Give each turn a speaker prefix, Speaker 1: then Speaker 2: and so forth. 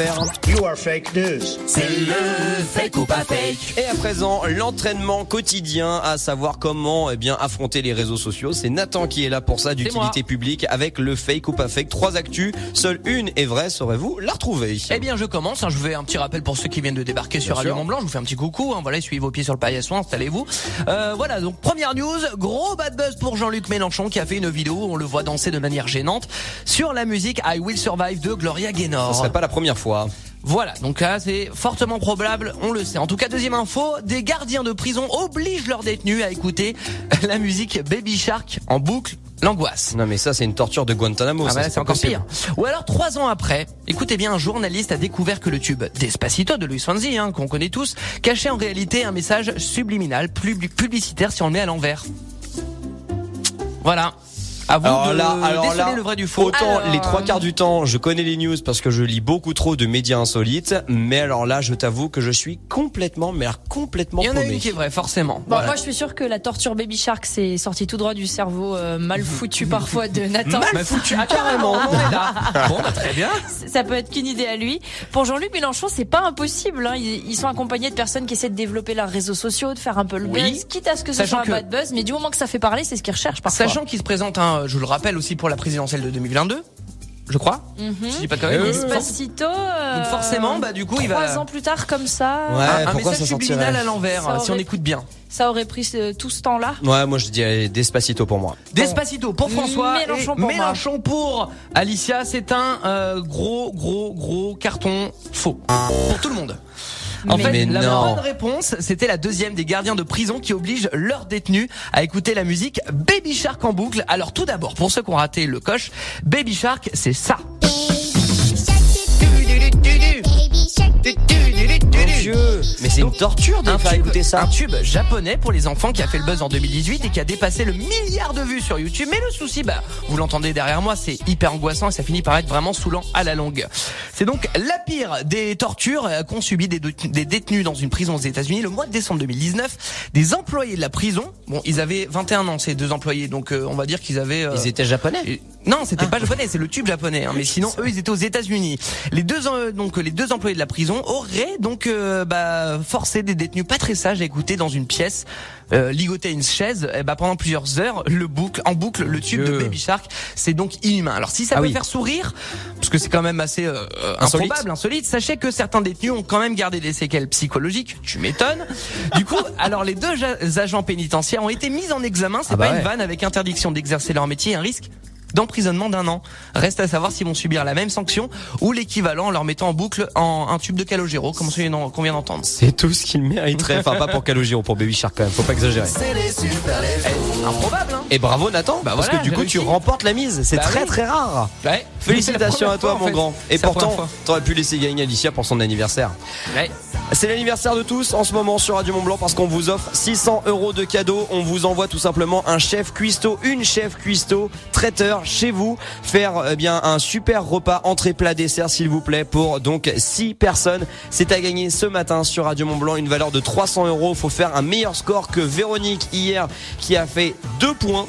Speaker 1: faire.
Speaker 2: You are fake news.
Speaker 3: C'est le fake ou pas fake.
Speaker 1: Et à présent, l'entraînement quotidien, à savoir comment eh bien affronter les réseaux sociaux. C'est Nathan qui est là pour ça, d'utilité
Speaker 4: moi.
Speaker 1: publique, avec le fake ou pas fake. Trois actus, seule une est vraie, saurez-vous la retrouver
Speaker 4: Eh bien, je commence. hein. Je vais un petit rappel pour ceux qui viennent de débarquer sur
Speaker 1: sûr.
Speaker 4: Radio Mont Blanc. Je vous fais un petit coucou. Hein. Voilà, suivez vos pieds sur le paillasson, installez-vous. Euh, voilà, donc première news. Gros bad buzz pour Jean-Luc Mélenchon qui a fait une vidéo. On le voit danser de manière gênante sur la musique I Will Survive de Gloria Gaynor.
Speaker 1: Ce serait pas la première fois.
Speaker 4: Voilà, donc là c'est fortement probable, on le sait. En tout cas, deuxième info, des gardiens de prison obligent leurs détenus à écouter la musique Baby Shark en boucle, l'angoisse.
Speaker 1: Non mais ça c'est une torture de Guantanamo.
Speaker 4: Ah
Speaker 1: ça,
Speaker 4: bah là, c'est
Speaker 1: pas
Speaker 4: encore
Speaker 1: possible.
Speaker 4: pire. Ou alors trois ans après, écoutez bien, un journaliste a découvert que le tube Despacito de Luis Fonsi, hein, qu'on connaît tous, cachait en réalité un message subliminal, publi- publicitaire si on le met à l'envers. Voilà. À vous
Speaker 1: Alors
Speaker 4: de
Speaker 1: là, alors
Speaker 4: déceler
Speaker 1: là,
Speaker 4: le vrai du faux.
Speaker 1: Autant
Speaker 5: Alors.
Speaker 1: les trois quarts du temps, je connais les news parce que je lis beaucoup trop de médias insolites. Mais alors là, je t'avoue que je suis complètement, mais alors complètement
Speaker 4: Il y en a
Speaker 1: paumé.
Speaker 4: une qui est vraie, forcément.
Speaker 1: Bah,
Speaker 5: Bon,
Speaker 4: Voilà.
Speaker 5: moi, je suis sûre que la torture Baby Shark, c'est sorti tout droit du cerveau euh, mal foutu parfois de Nathan.
Speaker 4: Mal foutu, carrément, on en est là. Bon, bah, très bien.
Speaker 5: Ça peut être qu'une idée à lui. Pour Jean-Luc Mélenchon, c'est pas impossible. hein. Ils, ils sont accompagnés de personnes qui essaient de développer leurs réseaux sociaux, de faire un peu le
Speaker 4: Oui.
Speaker 5: buzz, quitte à ce que ce
Speaker 4: Sachant
Speaker 5: soit un
Speaker 4: que-
Speaker 5: bad buzz. Mais du moment que ça fait parler, c'est ce qu'ils recherchent parfois.
Speaker 4: Sachant qu'il se présente, hein, je le rappelle aussi pour la présidentielle de 2022, je crois.
Speaker 5: Mhm.
Speaker 4: Si je dis pas de conneries.
Speaker 1: Eh
Speaker 5: Despacito. euh,
Speaker 4: Donc forcément, bah, du coup, il
Speaker 5: trois
Speaker 4: va-
Speaker 5: ans plus tard, comme ça,
Speaker 1: Ouais,
Speaker 4: un, un
Speaker 1: Eh, pourquoi
Speaker 4: message
Speaker 1: ça sortirait
Speaker 4: subliminal à
Speaker 5: Ça
Speaker 4: l'envers, si on
Speaker 5: aurait-
Speaker 4: écoute bien.
Speaker 5: ça aurait pris euh, tout ce temps-là.
Speaker 1: Ouais, moi je dirais Despacito pour moi.
Speaker 4: Despacito pour François
Speaker 5: Mélenchon
Speaker 4: et
Speaker 5: pour moi.
Speaker 4: Mélenchon pour Alicia, c'est un euh, gros gros gros carton faux pour tout le monde. En
Speaker 5: Mais-
Speaker 4: fait,
Speaker 1: Mais
Speaker 4: la
Speaker 1: non.
Speaker 4: bonne réponse, c'était la deuxième des gardiens de prison qui oblige leurs détenus à écouter la musique Baby Shark en boucle. Alors tout d'abord, pour ceux qui ont raté le coche, Baby Shark, c'est ça.
Speaker 1: Mon Dieu, mais c'est une torture de
Speaker 4: un
Speaker 1: faire
Speaker 4: tube,
Speaker 1: écouter ça.
Speaker 4: un tube japonais pour les enfants qui a fait le buzz en 2018 et qui a dépassé le milliard de vues sur YouTube. Mais le souci, bah, vous l'entendez derrière moi, c'est hyper angoissant et ça finit par être vraiment saoulant à la longue. C'est donc la pire des tortures euh, qu'ont subi des, détenus- des détenus dans une prison aux États-Unis le mois de décembre 2019. Des employés de la prison, bon, ils avaient 21 ans ces deux employés, donc euh, on va dire qu'ils avaient. euh,
Speaker 1: Ils étaient japonais. Ah.
Speaker 4: et- Non, c'était pas japonais, c'est le tube japonais. hein. mais sinon, eux, ils étaient aux États-Unis. Les deux euh, donc les deux employés de la prison auraient donc euh, bah, forcé des détenus pas très sages à écouter dans une pièce, euh, ligoter à une chaise, eh bah, pendant plusieurs heures, le boucle en boucle le tube
Speaker 1: Dieu.
Speaker 4: de Baby Shark. C'est donc inhumain. Alors si ça
Speaker 1: Ah
Speaker 4: peut
Speaker 1: oui.
Speaker 4: faire sourire, parce que c'est quand même assez euh, euh,
Speaker 1: Insolite.
Speaker 4: improbable, insolite. Sachez que certains détenus ont quand même gardé des séquelles psychologiques. Tu m'étonnes. Du coup, alors les deux ja- agents pénitentiaires ont été mis en examen. C'est
Speaker 1: Ah bah
Speaker 4: pas
Speaker 1: ouais.
Speaker 4: une vanne avec interdiction d'exercer leur métier et un risque d'emprisonnement d'un an. Reste à savoir s'ils vont subir la même sanction ou l'équivalent en leur mettant en boucle en un tube de Calogero, comme celui d'en- qu'on vient d'entendre.
Speaker 1: C'est tout ce qu'ils mériteraient. Enfin, pas pour Calogero, pour Baby Shark quand même. Faut pas exagérer.
Speaker 4: Improbable, hein
Speaker 1: Et bravo Nathan,
Speaker 4: Bah
Speaker 1: parce
Speaker 4: voilà,
Speaker 1: que du
Speaker 4: j'ai
Speaker 1: coup tu
Speaker 4: réussi.
Speaker 1: remportes la mise. C'est
Speaker 4: Bah
Speaker 1: très
Speaker 4: oui.
Speaker 1: très rare.
Speaker 4: ouais.
Speaker 1: Félicitations à toi, mon grand. Et pourtant,
Speaker 4: fois.
Speaker 1: t'aurais pu laisser gagner Alicia pour son anniversaire.
Speaker 4: Ouais.
Speaker 1: C'est l'anniversaire de tous en ce moment sur Radio Mont Blanc parce qu'on vous offre 600 euros de cadeaux. On vous envoie tout simplement un chef cuistot, une chef cuistot, traiteur chez vous, faire eh bien un super repas entrée plat dessert s'il vous plaît pour donc 6 personnes. C'est à gagner ce matin sur Radio Mont Blanc une valeur de 300 euros. Faut faire un meilleur score que Véronique hier qui a fait 2 points.